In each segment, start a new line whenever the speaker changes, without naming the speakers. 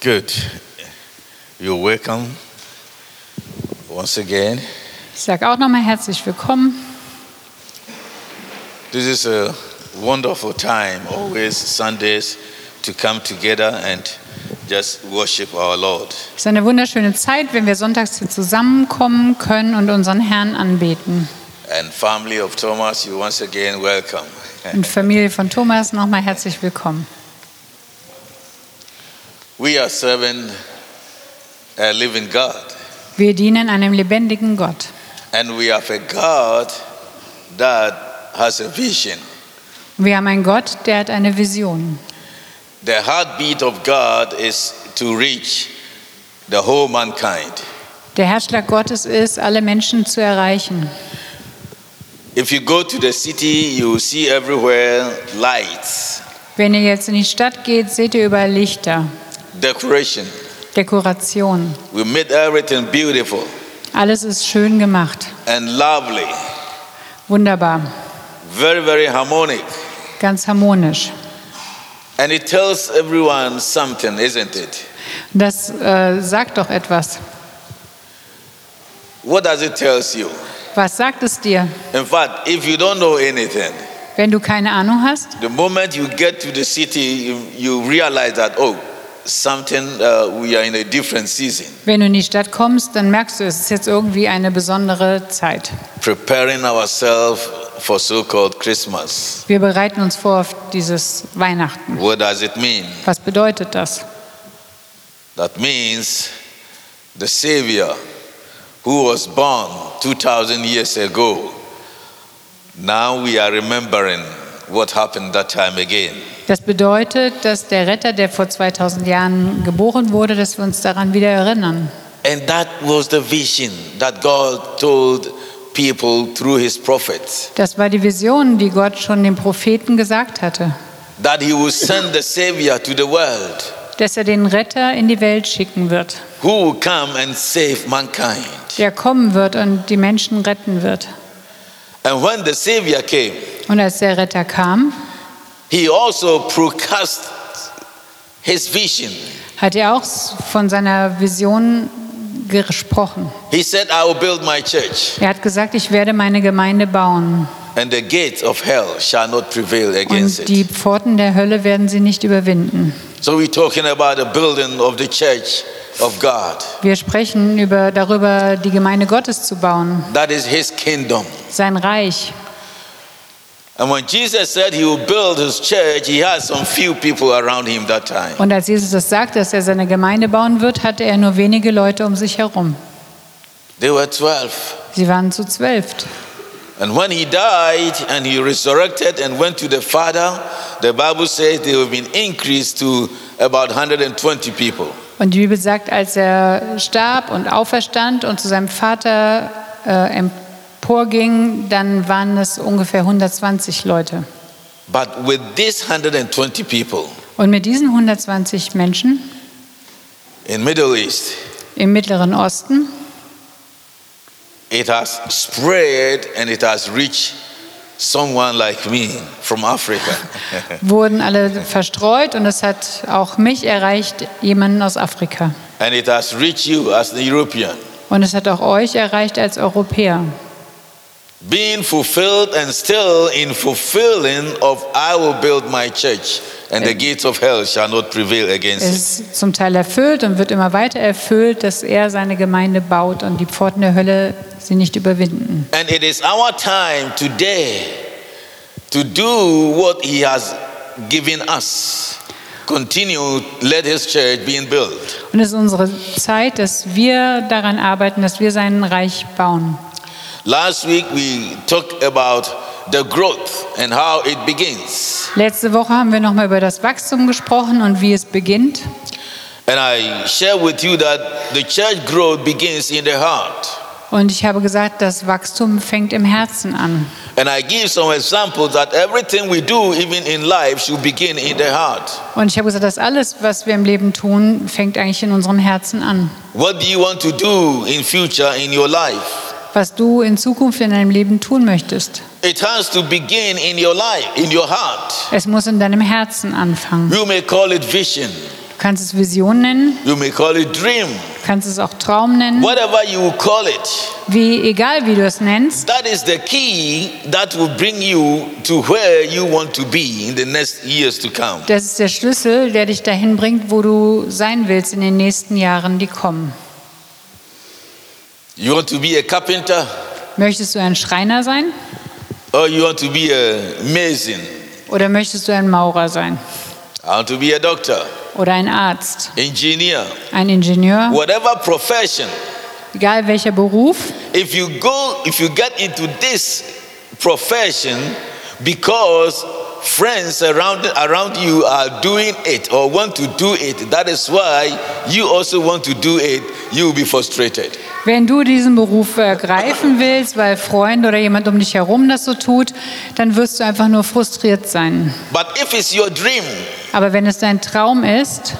Good. You're welcome once again.
Ich sage auch nochmal herzlich willkommen.
This is a wonderful time, always Sundays, to come together and just worship our Lord.
Es ist eine wunderschöne Zeit, wenn wir sonntags hier zusammenkommen können und unseren Herrn anbeten.
And family of Thomas, you once again welcome.
Und Familie von Thomas nochmal herzlich willkommen.
We are serving a living God,
Wir dienen einem lebendigen Gott.
and we have a God that has a vision.
Wir haben einen Gott, der hat eine Vision.
The heartbeat of God is to reach the whole mankind.
Der Herzschlag Gottes ist, alle Menschen zu erreichen.
If you go to the city, you see everywhere lights,
Wenn ihr jetzt in die Stadt geht, seht ihr überall Lichter,
decoration.
Dekorationen.
We made everything beautiful
Alles ist schön gemacht.
and lovely,
Wunderbar.
very, very harmonic.
Ganz harmonisch.
And it tells everyone something, isn't it?
Das äh, sagt doch etwas.
What does it tells you?
Was sagt es dir?
In fact, if you don't know anything,
Wenn du keine Ahnung hast,
the moment you get to the city, you, you realize that, oh, something, uh, we are in a different season,
wenn du in die Stadt kommst, dann merkst du, es ist jetzt irgendwie eine besondere Zeit.
preparing ourselves for so called Christmas.
Wir bereiten uns vor auf dieses Weihnachten.
What does it mean?
Was bedeutet das?
That means the Savior who was born 2,000 years ago. Now we are remembering what happened that time again.
Das bedeutet, dass der Retter, der vor 2000 Jahren geboren wurde, dass wir uns daran wieder erinnern.
And that was the vision that God told people through his prophets
Das war die Vision, die Gott schon den Propheten gesagt hatte,
that he would send the Savior to the world
dass er den Retter in die Welt schicken wird,
who will come and save mankind.
der kommen wird und die Menschen retten wird.
And when the Savior came,
Und als der Retter kam,
he also broadcast his vision.
hat er auch von seiner Vision gesprochen.
He said, I will build my church.
Er hat gesagt, ich werde meine Gemeinde bauen
And the gates of hell shall not prevail against
und die
it.
Pforten der Hölle werden sie nicht überwinden.
So we're talking about the building of the church of God.
Wir sprechen über, darüber, die Gemeinde Gottes zu bauen,
That is his kingdom.
sein Reich.
And when Jesus said he will build his church, he had some few people around him that time.
Und als Jesus das sagte, dass er seine Gemeinde bauen wird, hatte er nur wenige Leute um sich herum.
They were 12.
Sie waren zu zwölf.
And when he died and he resurrected and went to the Father, the Bible says they have been increased to about 120 people.
Und die Bibel sagt, als er starb und auferstand und zu seinem Vater äh, emporging, dann waren es ungefähr 120 Leute.
But with these 120 people
Und mit diesen 120 Menschen
in Middle East,
im Mittleren Osten
it has spread and it has reached someone like me from Africa.
wurden alle verstreut und es hat auch mich erreicht, jemanden aus Afrika.
and it has reached you as the European.
Und es hat auch euch erreicht als Europäer.
Being fulfilled and still in fulfilling of I will build my church and the gates of hell shall not prevail against it.
Es ist zum Teil erfüllt und wird immer weiter erfüllt, dass er seine Gemeinde baut und die Pforten der Hölle sie nicht überwinden.
And it is our time today to do what he has given us. Continue, let his church be built.
Und es ist unsere Zeit, dass wir daran arbeiten, dass wir sein Reich bauen.
Last week we talked about the growth and how it begins.
Letzte Woche haben wir nochmal über das Wachstum gesprochen und wie es beginnt.
And I share with you that the church growth begins in the heart.
Und ich habe gesagt, das Wachstum fängt im Herzen an.
And I give some examples that everything we do, even in life, should begin in the heart.
Und ich habe gesagt, dass alles, was wir im Leben tun, fängt eigentlich in unserem Herzen an.
What do you want to do in future in your life?
Was du in Zukunft in deinem Leben tun möchtest,
It has to begin in your life, in your heart.
es muss in deinem Herzen anfangen.
You may call it vision,
Du kannst es Vision nennen,
You may call it dream.
du kannst es auch Traum nennen.
Whatever you call it,
Wie, egal wie du es nennst,
that is the key that will bring you to where you want to be in the next years to come.
das ist der Schlüssel, der dich dahin bringt, wo du sein willst in den nächsten Jahren, die kommen.
You want to be a carpenter,
Möchtest du ein Schreiner sein
or you want to be a mason,
oder möchtest du ein Maurer sein
I want to be a doctor,
oder ein Arzt,
engineer,
ein Ingenieur,
whatever profession.
egal welcher Beruf?
If you go, if you get into this profession because friends around around you are doing it or want to do it, that is why you also want to do it. You will be frustrated.
Wenn du diesen Beruf ergreifen willst, weil Freunde oder jemand um dich herum das so tut, dann wirst du einfach nur frustriert sein.
But if it's your dream,
Aber wenn es dein Traum ist,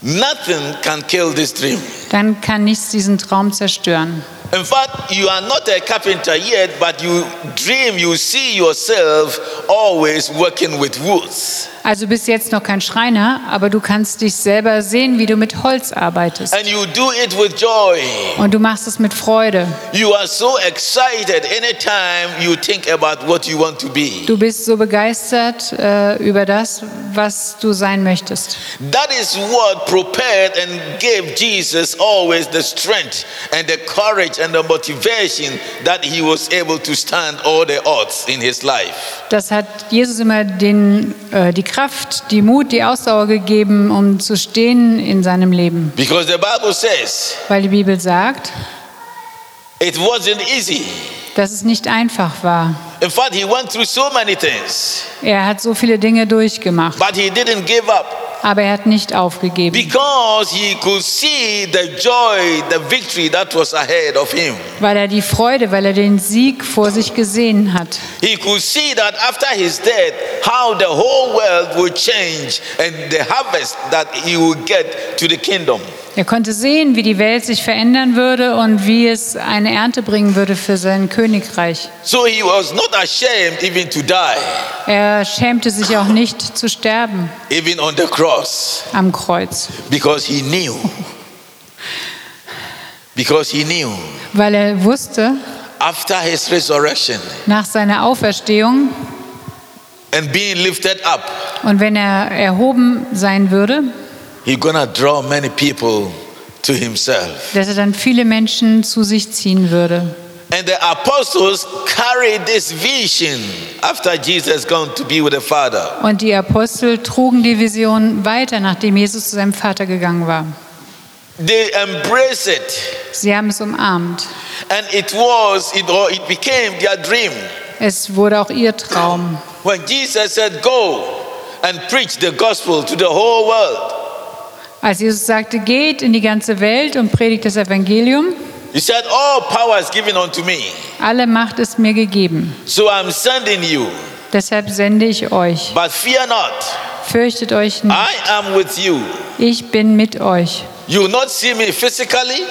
nothing can kill this dream.
dann kann nichts diesen Traum zerstören.
In fact, you are not a carpenter yet, but you dream, you see yourself always working with woods.
Also bist jetzt noch kein Schreiner, aber du kannst dich selber sehen, wie du mit Holz arbeitest.
And you do it with joy.
Und du machst es mit Freude.
You are so excited anytime you think about what you want to be.
Du bist so begeistert äh, über das, was du sein möchtest.
That is what prepared and gave Jesus always the strength and the courage and the motivation that he was able to stand all the odds in his life.
Das hat Jesus immer den, äh, die Kraft, die Mut, die Ausdauer gegeben, um zu stehen in seinem Leben.
Because the Bible says
Weil die Bibel sagt,
it wasn't easy.
dass es nicht einfach war.
In fact, he went through so many things.
Er hat so viele Dinge durchgemacht,
But he didn't give up
aber er hat nicht aufgegeben,
because he could see the joy, the victory that was ahead of him.
weil er die Freude, weil er den Sieg vor sich gesehen hat.
He could see that after his death, how the whole world would change and the harvest that he would get to the kingdom.
Er konnte sehen, wie die Welt sich verändern würde und wie es eine Ernte bringen würde für sein Königreich.
So he was not ashamed even to die,
Er schämte sich auch nicht zu sterben
even on the cross,
am Kreuz,
because he knew. Because he knew
weil er wusste,
after his resurrection
nach seiner Auferstehung
and being lifted up,
und wenn er erhoben sein würde,
he's gonna draw many people to himself.
dass er dann viele Menschen zu sich ziehen würde.
And the apostles carried this vision after Jesus gone to be with the Father.
Und die Apostel trugen die Vision weiter, nachdem Jesus zu seinem Vater gegangen war.
They embraced it,
Sie haben es umarmt.
and it was it or it became their dream.
Es wurde auch ihr Traum.
When Jesus said, "Go and preach the gospel to the whole world,"
Als Jesus sagte, geht in die ganze Welt und predigt das Evangelium,
he said, "All power is given unto me,
alle Macht ist mir gegeben.
so I'm sending you.
Deshalb sende ich euch.
But fear not,
Fürchtet euch nicht.
I am with you.
Ich bin mit euch.
You will not see me physically.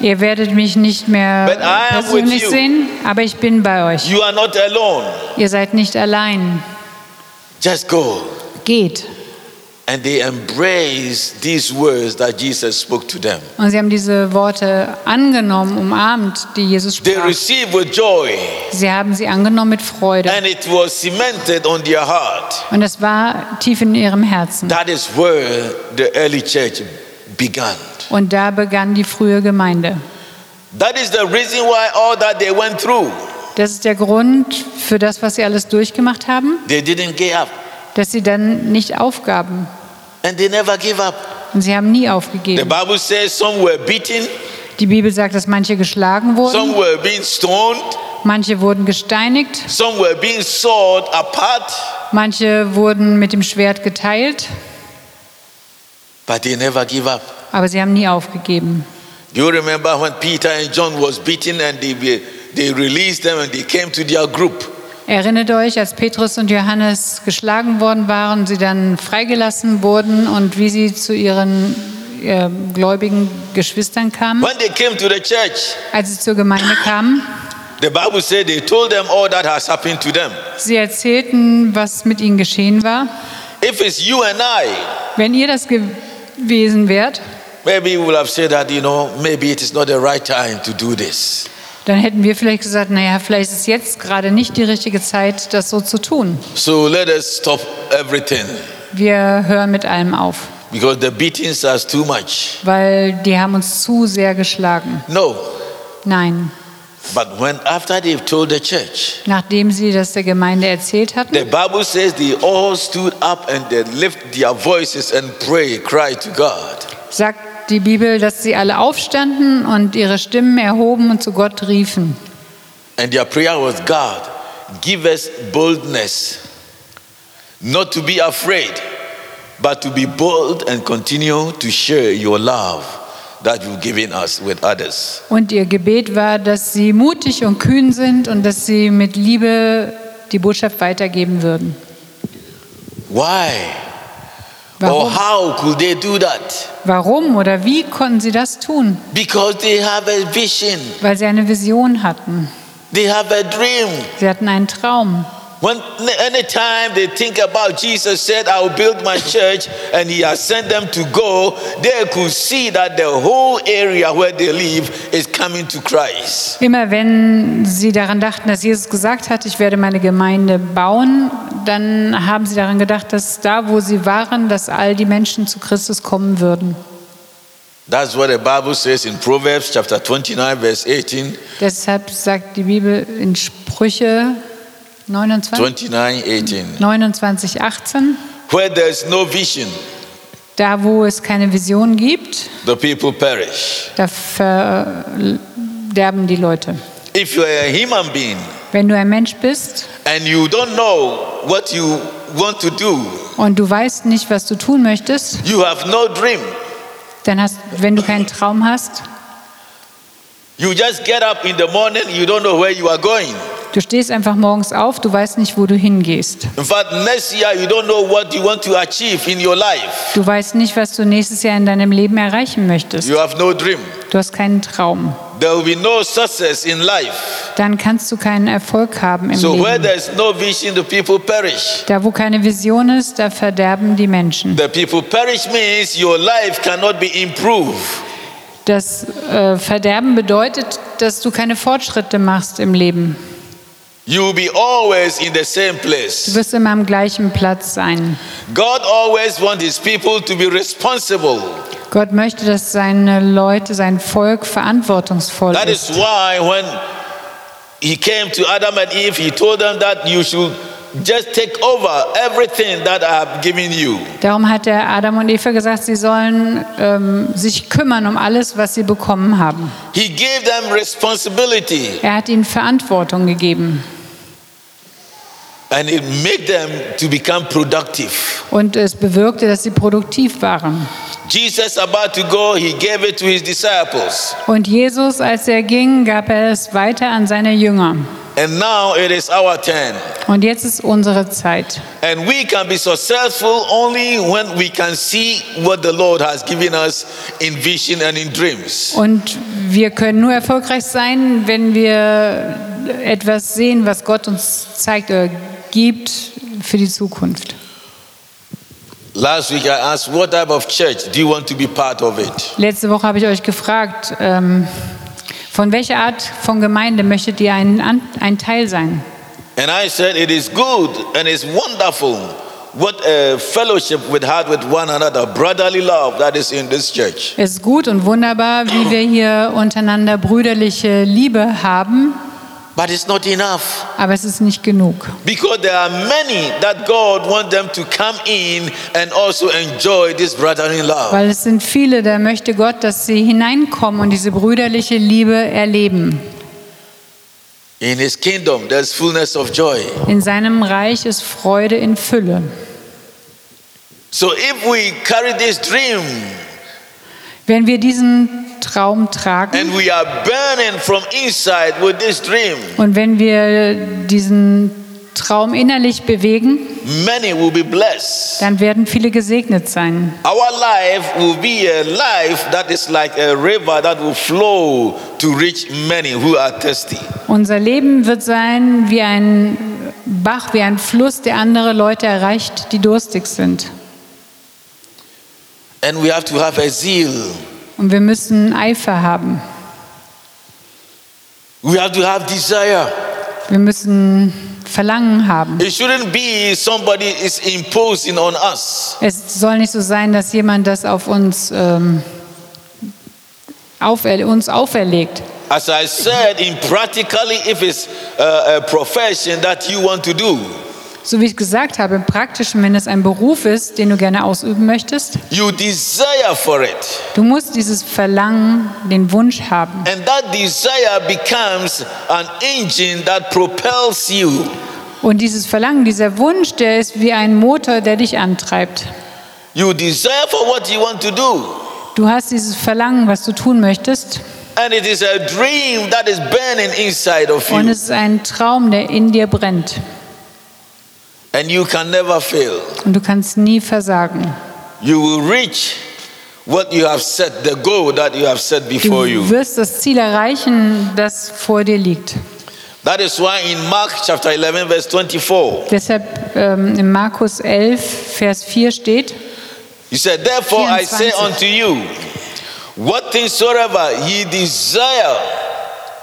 Ihr werdet mich nicht mehr
But I am with
persönlich
you.
sehen, aber ich bin bei euch.
You are not alone.
Ihr seid nicht allein.
Just go."
Geht.
And they embraced these words that Jesus spoke to them.
Und sie haben diese Worte angenommen, umarmt, die Jesus
They
sprach.
received with joy,
Sie haben sie angenommen mit Freude.
and it was cemented on their heart.
Und das war tief in ihrem Herzen.
That is where the early church began.
Und da begann die frühe Gemeinde.
That is the reason why all that they went through,
Das ist der Grund für das, was sie alles durchgemacht haben,
they didn't give up,
dass sie dann nicht aufgaben.
and they never gave up.
Und sie haben nie
The
aufgegeben.
Bible says some were beaten,
Die Bibel sagt, dass manche geschlagen
some
wurden,
were being stoned,
manche wurden gesteinigt,
some were being sawed apart,
manche wurden mit dem Schwert geteilt,
but they never give up.
aber sie haben nie aufgegeben.
Do you remember when Peter and John was beaten and they, they released them and they came to their group?
Erinnert euch, als Petrus und Johannes geschlagen worden waren, sie dann freigelassen wurden und wie sie zu ihren äh, gläubigen Geschwistern kamen,
When they came to the church,
als sie zur Gemeinde kamen.
The Bible said they told them all that has happened to them.
Sie erzählten, was mit ihnen geschehen war.
If it's you and I,
Wenn ihr das gewesen wärt,
maybe you would have said that, you know, maybe it is not the right time to do this.
dann hätten wir vielleicht gesagt, naja, vielleicht ist jetzt gerade nicht die richtige Zeit, das so zu tun.
So let us stop everything
Wir hören mit allem auf,
because the beatings are too much.
weil die haben uns zu sehr geschlagen.
No.
Nein,
But when after they've told the church,
nachdem sie das der Gemeinde erzählt hatten,
the Bible says they all stood up and they lift their voices and pray, cry to God.
sagt die Bibel, dass sie alle aufstanden und ihre Stimmen erhoben und zu Gott riefen.
And their prayer was, God, give us boldness, not to be afraid, but to be bold and continue to share your love that you've given us with others.
Und ihr Gebet war, dass sie mutig und kühn sind und dass sie mit Liebe die Botschaft weitergeben würden.
Why? Or
Warum,
how could they do that?
warum oder wie konnten sie das tun?
Because they have a vision,
Weil sie eine Vision hatten.
they have a dream.
Sie hatten einen Traum.
When anytime they think about Jesus said, I will build my church, and he has sent them to go, they could see that the whole area where they live is coming to Christ.
Immer wenn sie daran dachten, dass Jesus gesagt hat, ich werde meine Gemeinde bauen, dann haben sie daran gedacht, dass da, wo sie waren, dass all die Menschen zu Christus kommen würden.
That's what the Bible says in Proverbs chapter 29, verse 18,
Deshalb sagt die Bibel in Sprüche 29,
29, 18.
29 18,
Where there is no vision,
da wo es keine Vision gibt,
the people perish.
da verderben die Leute.
If you are a human being
Wenn du ein Mensch bist
and you don't know what you want to do,
und du weißt nicht, was du tun möchtest,
you have no dream.
dann hast, wenn du keinen Traum hast,
You just get up in the morning, you don't know where you are going.
Du stehst einfach morgens auf, du weißt nicht, wo du hingehst.
In fact, next year, you don't know what you want to achieve in your life.
Du weißt nicht, was du nächstes Jahr in deinem Leben erreichen möchtest.
You have no dream.
Du hast keinen Traum.
There will be no success in life.
Dann kannst du keinen Erfolg haben im
So, where
Leben.
there is no vision, the people perish.
Da, wo keine Vision ist, da verderben die Menschen.
The people perish means your life cannot be improved.
Das äh, Verderben bedeutet, dass du keine Fortschritte machst im Leben.
You'll be always in the same
Du
place.
wirst immer am gleichen Platz sein.
God always wants his people to be responsible.
Gott möchte, dass seine Leute, sein Volk verantwortungsvoll
That
ist.
is why when he came to Adam and Eve, he told them that you should just take over everything that I have given you.
Darum hat der Adam und Eva gesagt, sie sollen ähm, sich kümmern um alles, was sie bekommen haben.
He gave them responsibility
Er hat ihnen Verantwortung gegeben
and it made them to become productive.
und es bewirkte, dass sie produktiv waren.
Jesus about to go, he gave it to his disciples.
Und Jesus, als er ging, gab er es weiter an seine Jünger.
And now it is our turn.
Und jetzt ist unsere Zeit.
And we can be successful only when we can see what the Lord has given us in vision and in dreams.
Und wir können nur erfolgreich sein, wenn wir etwas sehen, was Gott uns zeigt oder gibt für die Zukunft.
Last week I asked, What type of church do you want to be part of it?
Letzte Woche habe ich euch gefragt, ähm, von welcher Art von Gemeinde möchtet ihr ein, An- ein Teil sein?
And I said, It is good and it's wonderful. What a fellowship with heart with one another, brotherly love that is in this church.
Es ist gut und wunderbar, wie wir hier untereinander brüderliche Liebe haben,
But it's not enough
aber es ist nicht genug.
because there are many that God wants them to come in and also enjoy this brotherly love.
Weil es sind viele, da möchte Gott, dass sie hineinkommen und diese brüderliche Liebe erleben.
In His kingdom, there's fullness of joy.
In seinem Reich ist Freude in Fülle.
So if we carry this dream
Wenn wir diesen Traum tragen
and we are burning from inside with this dream,
und wenn wir diesen Traum innerlich bewegen,
many will be blessed.
dann werden viele gesegnet sein.
Our life will be a life that is like a river that will flow to reach many who are thirsty.
Unser Leben wird sein wie ein Bach, wie ein Fluss, der andere Leute erreicht, die durstig sind.
And we have to have a zeal.
Und wir müssen Eifer haben.
We have to have desire.
Wir müssen Verlangen haben.
It shouldn't be somebody is imposing on us.
Es soll nicht so sein, dass jemand das auf uns, ähm, auferle uns auferlegt.
As I said, in practically, if it's uh, a profession that you want to do,
So wie ich gesagt habe, im Praktischen, wenn es ein Beruf ist, den du gerne ausüben möchtest,
you desire for it.
du musst dieses Verlangen, den Wunsch haben.
And that desire becomes an engine that propels you.
Und dieses Verlangen, dieser Wunsch, der ist wie ein Motor, der dich antreibt.
You desire for what you want to do.
Du hast dieses Verlangen, was du tun möchtest.
And it is a dream that is burning inside of
Und
you.
es ist ein Traum, der in dir brennt.
And you can never fail.
Und du kannst nie versagen.
You will reach what you have set, the goal that you have set
Du
before you.
wirst das Ziel erreichen, das vor dir liegt.
That is why in Mark chapter 11, verse 24,
Deshalb ähm, in Markus 11, Vers 4 steht,
he said, Therefore I say
24.
unto you, what things soever ye desire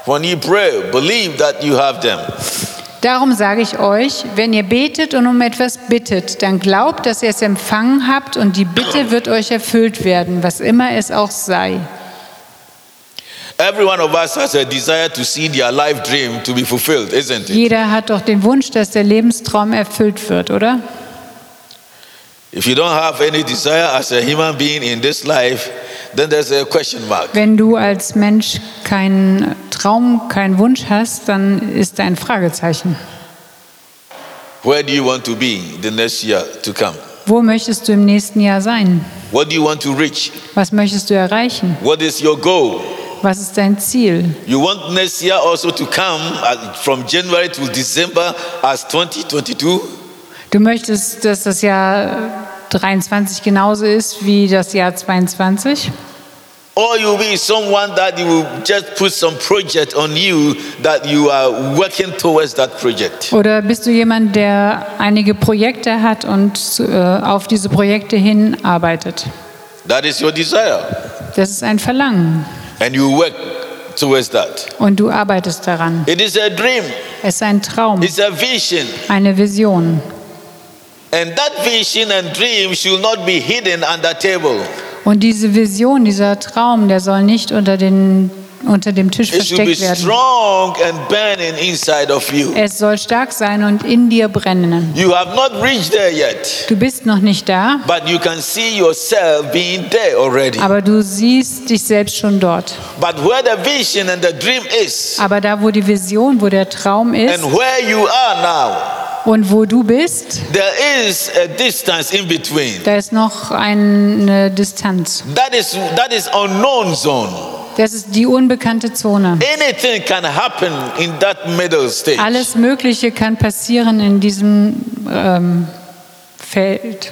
when ye pray, believe that you have them.
Darum sage ich euch, wenn ihr betet und um etwas bittet, dann glaubt, dass ihr es empfangen habt und die Bitte wird euch erfüllt werden, was immer es auch sei.
Every one of us has a desire to see their life dream to be fulfilled, isn't it?
Jeder hat doch den Wunsch, dass der Lebenstraum erfüllt wird, oder?
If you don't have any desire as a human being in this life, then there's a question mark.
Wenn du als Mensch keinen Traum, keinen Wunsch hast, dann ist da ein Fragezeichen.
Where do you want to be the next year to come?
Wo möchtest du im nächsten Jahr sein?
What do you want to reach?
Was möchtest du erreichen?
What is your goal?
Was ist dein Ziel?
You want next year also to come uh, from January to December as 2022?
Du möchtest, dass das Jahr 23 genauso ist wie das Jahr 22?
Or you'll be someone that you will just put some project on you that you are working towards that project.
Oder bist du jemand, der einige Projekte hat und äh, auf diese Projekte hinarbeitet?
That is your desire.
Das ist ein Verlangen
And you work towards that.
und du arbeitest daran.
It is a dream,
Es ist ein Traum,
it's a vision.
eine Vision.
And that vision and dream should not be hidden under table.
Und diese Vision, dieser Traum, der soll nicht unter, den, unter dem Tisch
It should be
versteckt werden.
strong and burning inside of you.
Es soll stark sein und in dir brennen.
You have not reached there yet,
Du bist noch nicht da,
but you can see yourself being there already.
aber du siehst dich selbst schon dort.
But where the vision and the dream is,
Aber da, wo die Vision, wo der Traum ist
and where you are now,
und wo du bist,
there is a distance in between.
da ist noch eine Distanz.
That is that is unknown zone.
Das ist die unbekannte Zone.
Anything can happen in that middle stage.
Alles Mögliche kann passieren in diesem ähm, Feld.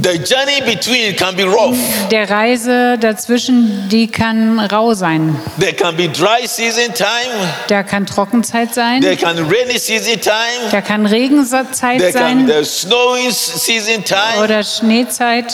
The journey between can be rough.
Der Reise dazwischen, die kann rau sein.
There can be dry season time.
Da kann Trockenzeit sein,
There can rainy season time.
da kann Regenzeit
There can
sein
there's snowing season time.
oder Schneezeit.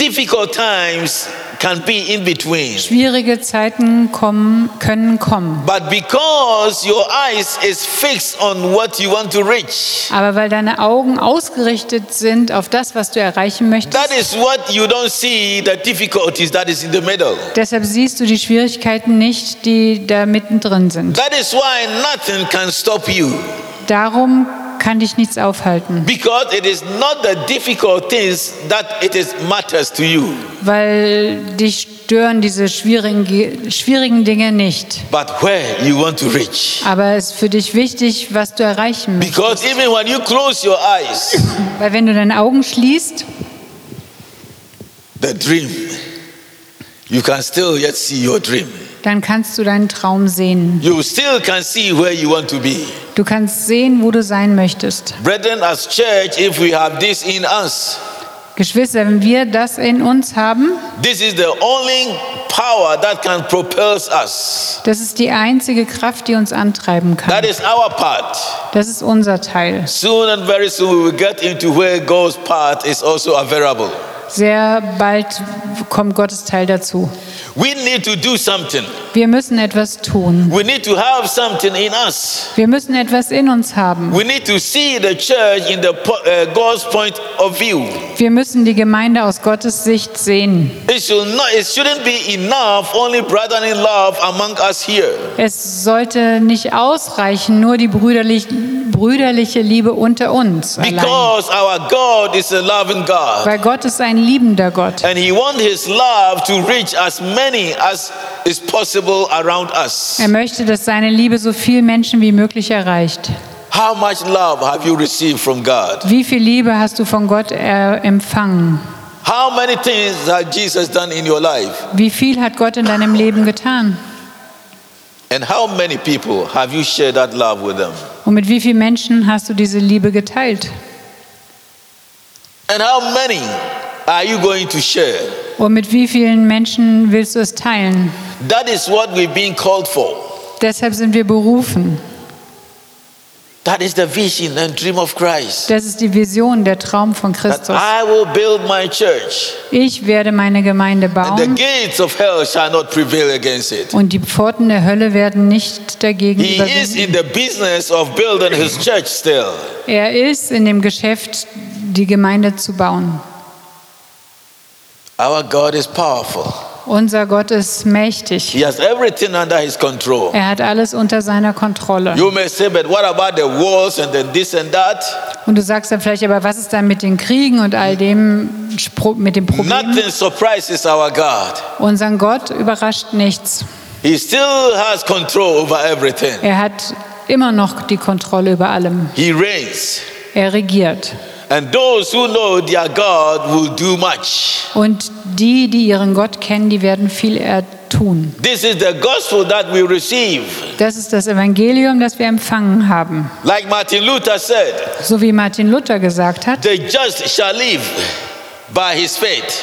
Difficult times can be in between.
Schwierige Zeiten kommen, können kommen.
But because your eyes is fixed on what you want to reach,
Aber weil deine Augen ausgerichtet sind auf das, was du erreichen möchtest,
That is what you don't see the difficulties that is in the middle.
deshalb siehst du die Schwierigkeiten nicht, die da mittendrin sind.
That is why nothing can stop you
Darum kann dich nichts aufhalten.
because it is not the difficult things that it is matters to you,
weil dich stören diese schwierigen, Ge- schwierigen Dinge nicht.
but where you want to reach.
Aber es ist für dich wichtig, was du erreichen möchtest.
Because even when you close your eyes,
Weil wenn du deine Augen schließt,
the dream, you can still yet see your dream.
dann kannst du deinen Traum sehen.
You still can see where you want to be.
Du kannst sehen, wo du sein möchtest.
Brethren, as church, if we have this in us,
Geschwister, wenn wir das in uns haben,
This is the only power that can propel us.
das ist die einzige Kraft, die uns antreiben kann.
That is our part.
Das ist unser Teil.
Soon and very soon we will get into where God's part is also available.
Sehr bald kommt Gottes Teil dazu.
We need to do something.
Wir müssen etwas tun.
We need to have something in us.
Wir müssen etwas in uns haben.
We need to see the church in the po- uh, God's point of view.
Wir müssen die Gemeinde aus Gottes Sicht sehen.
It should not. It shouldn't be enough. Only brother in love among us here.
Es sollte nicht ausreichen, nur die brüderlich, brüderliche Liebe unter uns allein.
Because our God is a loving God,
Weil Gott ist ein liebender Gott.
and He wants His love to reach as many as is possible around us.
Er möchte, dass seine Liebe so viele Menschen wie möglich erreicht.
How much love have you received from God?
Wie viel Liebe hast du von Gott äh, empfangen?
How many things has Jesus done in your life?
Wie viel hat Gott in deinem Leben getan?
And how many people have you shared that love with them?
Und mit wie vielen Menschen hast du diese Liebe geteilt?
And how many are you going to share?
Und mit wie vielen Menschen willst du es teilen?
That is what we've been called for.
Deshalb sind wir berufen.
That is the vision and dream of Christ.
Das ist die Vision, der Traum von
That
Christus.
I will build my church,
Ich werde meine Gemeinde
and the
bauen
gates of hell shall not prevail against it.
und die Pforten der Hölle werden nicht dagegen
He is in
überwinden.
the business of building his church still.
Er ist in dem Geschäft, die Gemeinde zu bauen.
Our God is powerful.
Unser Gott ist mächtig.
He has everything under his control.
Er hat alles unter seiner Kontrolle.
You may say, but what about the wars and then this and that?
Und du sagst dann vielleicht, aber was ist dann mit den Kriegen und all dem, Spro- mit dem Problem?
Nothing surprises our God.
Unseren Gott überrascht nichts.
He still has control over everything.
Er hat immer noch die Kontrolle über allem.
He reigns.
Er regiert.
And those who know their God will do much.
Und die, die ihren Gott kennen, die werden viel eher tun.
This is the gospel that we receive.
Das ist das Evangelium, das wir empfangen haben.
Like Martin Luther said,
So wie Martin Luther gesagt hat,
the just shall live by his faith.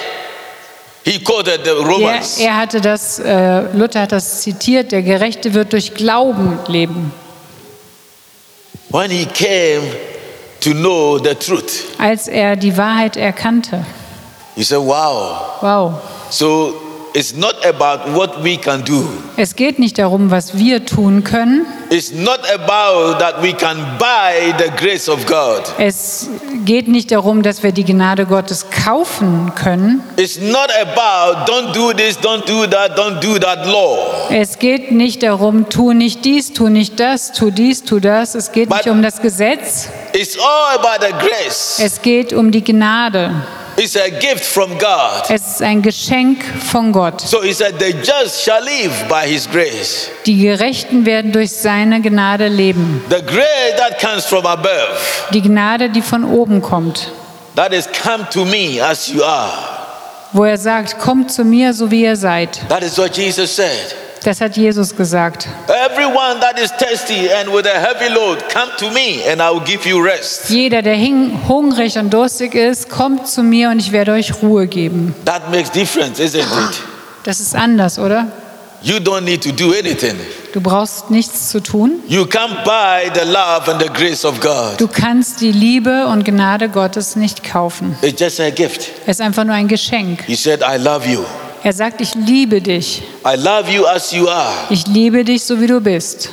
He quoted the
er,
Romans.
er hatte das, äh, Luther hat das zitiert, der Gerechte wird durch Glauben leben.
When he came to know the truth,
Als er die Wahrheit erkannte.
he said, Wow.
Wow.
So it's not about what we can do,
Es geht nicht darum, was wir tun können.
it's not about that we can buy the grace of God,
Es geht nicht darum, dass wir die Gnade Gottes kaufen können.
it's not about don't do this, don't do that, don't do that law.
Es geht nicht darum, tu nicht dies, tu nicht das, tu dies, tu das. Es geht nicht um das Gesetz.
It's all about the grace.
Es geht um die Gnade.
It's a gift from God.
Es ist ein Geschenk von Gott.
So he said, The just shall live by his grace.
Die Gerechten werden durch seine Gnade leben.
The grace that comes from above,
Die Gnade, die von oben kommt.
that is, come to me as you are.
Wo er sagt, kommt zu mir, so wie ihr seid.
That is what Jesus said.
Das hat Jesus gesagt.
Everyone that is thirsty and with a heavy load, come to me and I will give you rest.
Jeder, der hing, hungrig und durstig ist, kommt zu mir und ich werde euch Ruhe geben.
That makes difference, isn't it?
Das ist anders, oder?
You don't need to do anything.
Du brauchst nichts zu tun.
You can't buy the love and the grace of God.
Du kannst die Liebe und Gnade Gottes nicht kaufen.
It's just a gift.
Es ist einfach nur ein Geschenk.
He said, I love you.
Er sagt, ich liebe dich.
I love you as you are.
Ich liebe dich, so wie du bist.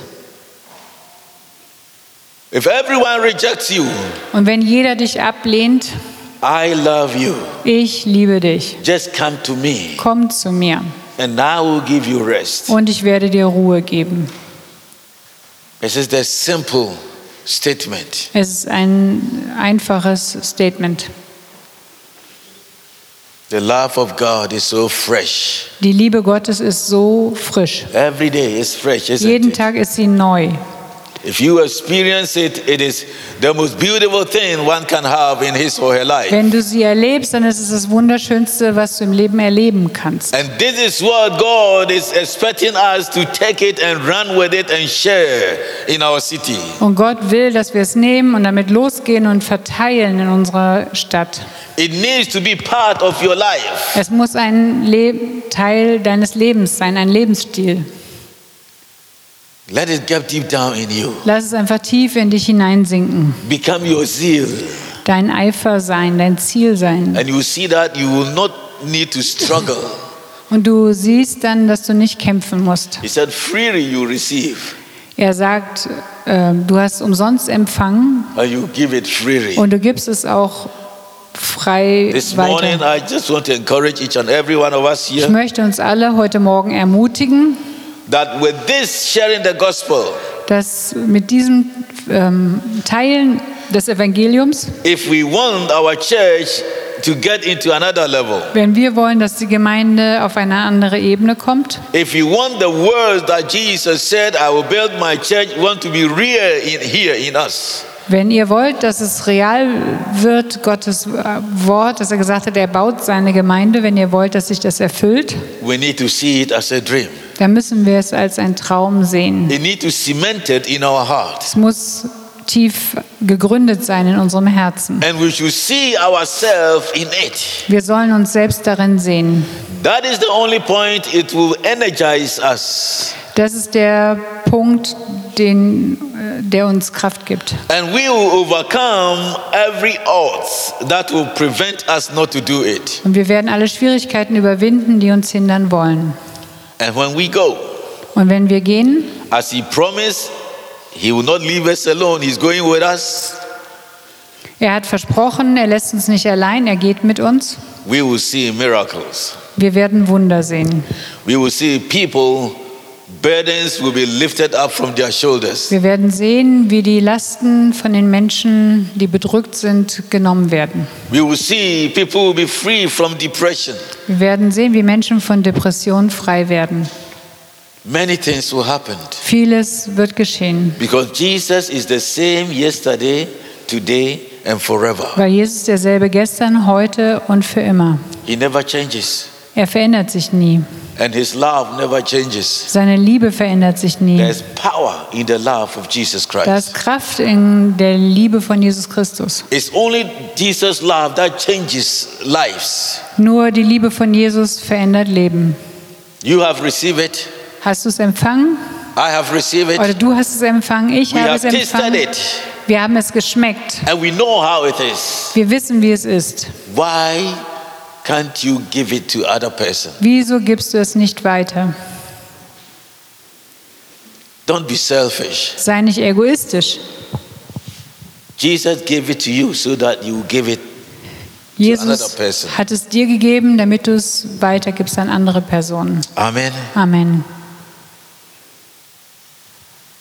If everyone rejects you,
Und wenn jeder dich ablehnt,
I love you.
ich liebe dich.
Just come to me
Komm zu mir
and I will give you rest.
und ich werde dir Ruhe geben.
This is the simple statement.
Es ist ein einfaches Statement.
The love of God is so fresh.
Die Liebe Gottes ist so frisch.
Every day is fresh, isn't
Jeden
it?
Tag ist sie neu.
If you experience it, it is the most beautiful thing one can have in his or her life.
Wenn du sie erlebst, dann ist es das Wunderschönste, was du im Leben erleben kannst.
And this is what God is expecting us to take it and run with it and share in our city.
Und Gott will, dass wir es nehmen und damit losgehen und verteilen in unserer Stadt.
It needs to be part of your life.
Es muss ein Le Teil deines Lebens sein, ein Lebensstil.
Let it get deep down in you.
Lass es einfach tief in dich hineinsinken.
Become your zeal.
Dein Eifer sein, dein Ziel sein.
And you see that you will not need to struggle.
Und du siehst dann, dass du nicht kämpfen musst.
He said, freely you receive,
Er sagt, äh, du hast umsonst empfangen
and you give it freely.
und du gibst es auch frei
This morning,
weiter.
I just want to encourage each and every one of us
Ich
here
möchte uns alle heute Morgen ermutigen,
that with this sharing the gospel,
dass mit diesem ähm, Teilen des Evangeliums,
if we want our church to get into another level,
wenn wir wollen, dass die Gemeinde auf eine andere Ebene kommt,
if you want the words that Jesus said, I will build my church, want to be real in here in us.
wenn ihr wollt, dass es real wird, Gottes äh, Wort, dass er gesagt hat, er baut seine Gemeinde, wenn ihr wollt, dass sich das erfüllt,
We need to see it as a dream.
dann müssen wir es als einen Traum sehen.
We need to cement it in our hearts.
Es muss tief gegründet sein in unserem Herzen.
And we should see ourselves in it.
Wir sollen uns selbst darin sehen.
That is the only point it will energize us.
Das ist der Punkt, den, äh, der uns Kraft gibt.
And we will overcome every odds that will prevent us not to do it.
Und wir werden alle Schwierigkeiten überwinden, die uns hindern wollen.
And when we go,
Und wenn wir gehen,
as he promised, he will not leave us alone. He's going with us.
er hat versprochen, er lässt uns nicht allein, er geht mit uns.
We will see miracles.
Wir werden Wunder sehen.
We will see people, burdens will be lifted up from their shoulders.
Wir werden sehen, wie die Lasten von den Menschen, die bedrückt sind, genommen werden.
We will see people will be free from depression.
Wir werden sehen, wie Menschen von Depressionen frei werden.
Many things will happen
Vieles wird geschehen,
because Jesus is the same yesterday, today, and forever.
weil Jesus derselbe gestern, heute und für immer.
He never changes,
Er verändert sich nie.
and his love never changes.
Seine Liebe verändert sich nie.
There's power in the love of Jesus
Da
Christ.
ist Kraft in der Liebe von Jesus Christus.
It's only Jesus' love that changes lives.
Nur die Liebe von Jesus verändert Leben.
You have received it.
Hast du es empfangen?
I have received
Oder
it.
du hast es empfangen? Ich
We
habe
have
es
tasted
empfangen.
it.
Wir haben es geschmeckt.
And we know how it is.
Wir wissen, wie es ist.
Why can't you give it to other person?
Wieso gibst du es nicht weiter?
Don't be selfish.
Sei nicht egoistisch.
Jesus gave it to you so that you give it. another
Jesus
person.
hat es dir gegeben, damit du es weitergibst an andere Personen.
Amen.
Amen.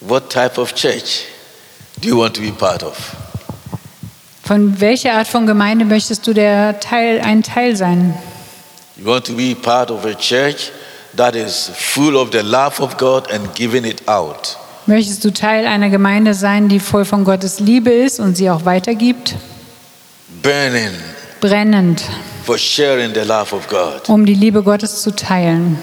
What type of church do you want to be part of?
Von welcher Art von Gemeinde möchtest du der Teil, ein Teil sein?
You want to be part of a church that is full of the love of God and giving it out.
Möchtest du Teil einer Gemeinde sein, die voll von Gottes Liebe ist und sie auch weitergibt?
burning
Brennend,
for sharing the love of God.
um die Liebe Gottes zu teilen.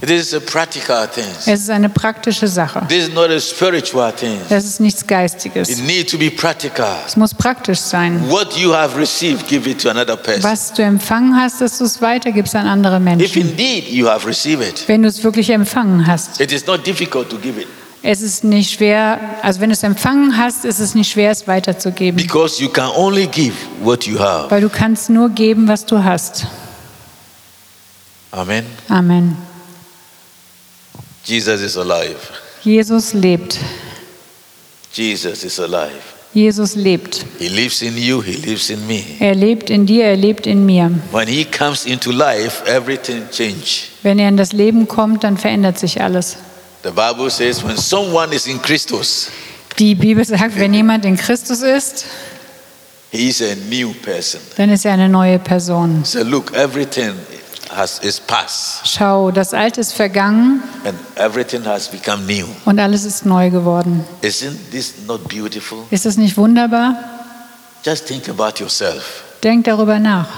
This is a practical thing.
Es ist eine praktische Sache.
This is not a spiritual thing.
Das ist nichts Geistiges.
It needs to be practical.
Es muss praktisch sein.
What you have received, give it to another person.
Was du empfangen hast, dass du es weitergibst an andere
If
Menschen.
indeed you have received it,
Wenn du es wirklich empfangen hast.
it is not difficult to give it
Es ist nicht schwer, also wenn du es empfangen hast, ist es nicht schwer, es weiterzugeben.
because you can only give what you have.
Weil du kannst nur geben, was du hast.
Amen.
Amen.
Jesus is alive.
Jesus lebt.
Jesus is alive.
Jesus lebt.
He lives in you, He lives in me.
Er lebt in dir, er lebt in mir.
When He comes into life, everything changes.
Wenn er in das Leben kommt, dann verändert sich alles.
The Bible says when someone is in Christus,
Die Bibel sagt, wenn jemand in Christus ist,
he is a new person.
dann ist er eine neue Person.
So look, everything has is past,
Schau, das Alte ist vergangen
and everything has become new.
und alles ist neu geworden.
Isn't this not beautiful?
Ist es nicht wunderbar?
Just think about yourself.
Denk darüber nach.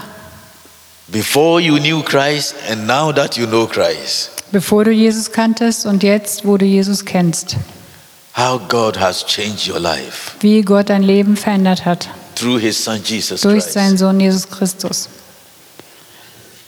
Before you knew Christ, and now that you know Christ,
Bevor du Jesus kanntest und jetzt, wo du Jesus kennst.
how God has changed your life
Wie Gott dein Leben verändert hat.
through His Son Jesus
Durch seinen
Christ.
Sohn Jesus Christus.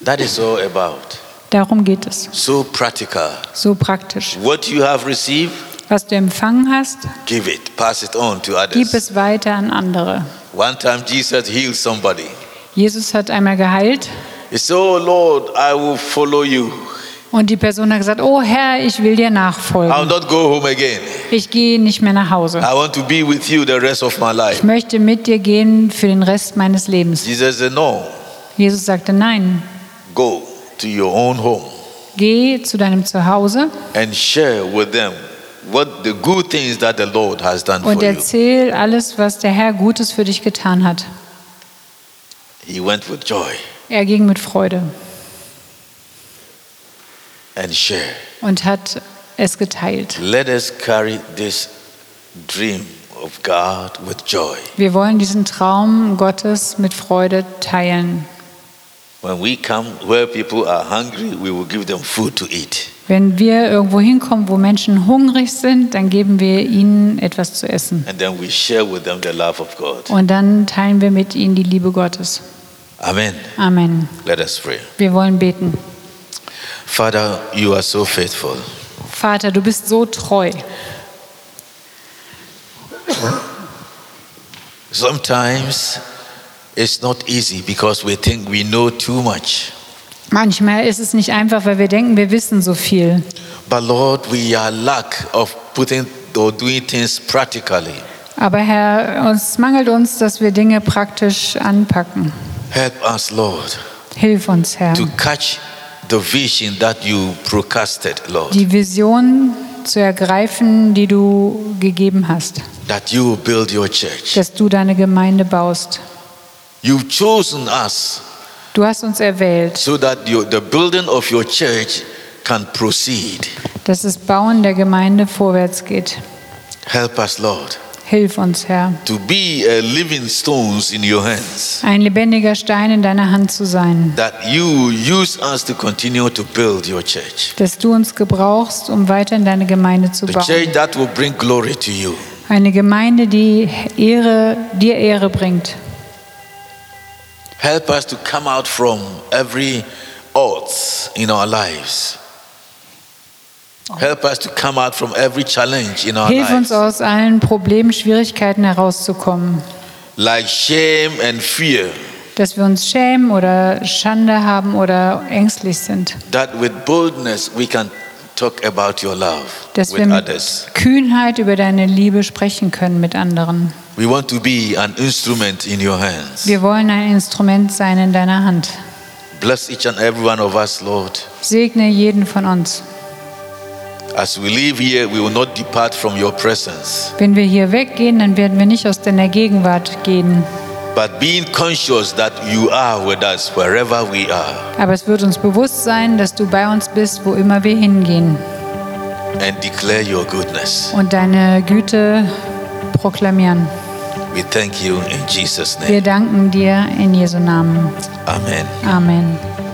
That is all about.
Darum geht es.
So practical.
So praktisch.
What you have received,
Was du empfangen hast,
give it, pass it on to
gib
others.
es weiter an andere.
One time Jesus healed somebody.
Jesus hat einmal geheilt
He said, Oh Lord, I will follow you.
und die Person hat gesagt, oh Herr, ich will dir
I'll
nachfolgen.
not go home again.
Ich gehe nicht mehr nach Hause.
I want to be with you the rest of my
Ich
life.
möchte mit dir gehen für den Rest meines Lebens.
Jesus said, No,
Jesus sagte, nein,
go to your own home
geh zu deinem Zuhause
and share with them what the good things that the Lord has done
und
for you.
erzähl alles, was der Herr Gutes für dich getan hat.
He went with joy
Er ging mit Freude
and share.
und hat es geteilt.
Let us carry this dream of God with joy.
Wir wollen diesen Traum Gottes mit Freude teilen.
When we come where people are hungry, we will give them food to eat.
Wenn wir irgendwo hinkommen, wo Menschen hungrig sind, dann geben wir ihnen etwas zu essen.
And then we share with them the love of God.
Und dann teilen wir mit ihnen die Liebe Gottes.
Amen.
Amen.
Let us pray.
Wir wollen beten.
Father, you are so faithful.
Vater, du bist so treu.
Sometimes it's not easy because we think we know too much.
Manchmal ist es nicht einfach, weil wir denken, wir wissen so viel.
But Lord, we are lack of putting or doing things practically.
Aber Herr, uns mangelt uns, dass wir Dinge praktisch anpacken.
Help us, Lord,
Hilf uns, Herr,
to catch the vision that you broadcasted, Lord,
die Vision zu ergreifen, die du gegeben hast,
that you will build your church.
dass du deine Gemeinde baust.
You've chosen us
Du hast uns erwählt,
so that your, the building of your church can proceed.
dass das Bauen der Gemeinde vorwärts geht.
Help us, Lord,
Hilf uns, Herr,
to be uh, living stones in your hands,
ein lebendiger Stein in deiner Hand zu sein,
that you use us to continue to build your church.
dass du uns gebrauchst, um weiter in deine Gemeinde zu
The
bauen.
church that will bring glory to you.
Eine Gemeinde, die Ehre, dir Ehre bringt.
Help us to come out from every odds in our lives. Help us to come out from every challenge in our
Hilf uns
lives.
aus allen Problemen, Schwierigkeiten herauszukommen.
Like shame and fear,
Dass wir uns schämen oder Schande haben oder ängstlich sind.
that with boldness we can talk about your love
Dass wir
with
mit
others.
Kühnheit über deine Liebe sprechen können mit anderen.
We want to be an instrument in your hands.
Wir wollen ein Instrument sein in deiner Hand.
Bless each and every one of us, Lord.
Segne jeden von uns.
As we live here, we will not depart from your presence,
Wenn wir hier weggehen, dann werden wir nicht aus deiner Gegenwart gehen.
but being conscious that you are with us wherever we are.
Aber es wird uns bewusst sein, dass du bei uns bist, wo immer wir hingehen.
and declare your goodness.
und deine Güte proklamieren.
We thank you in Jesus' name.
Wir danken dir in Jesu Namen.
Amen.
Amen.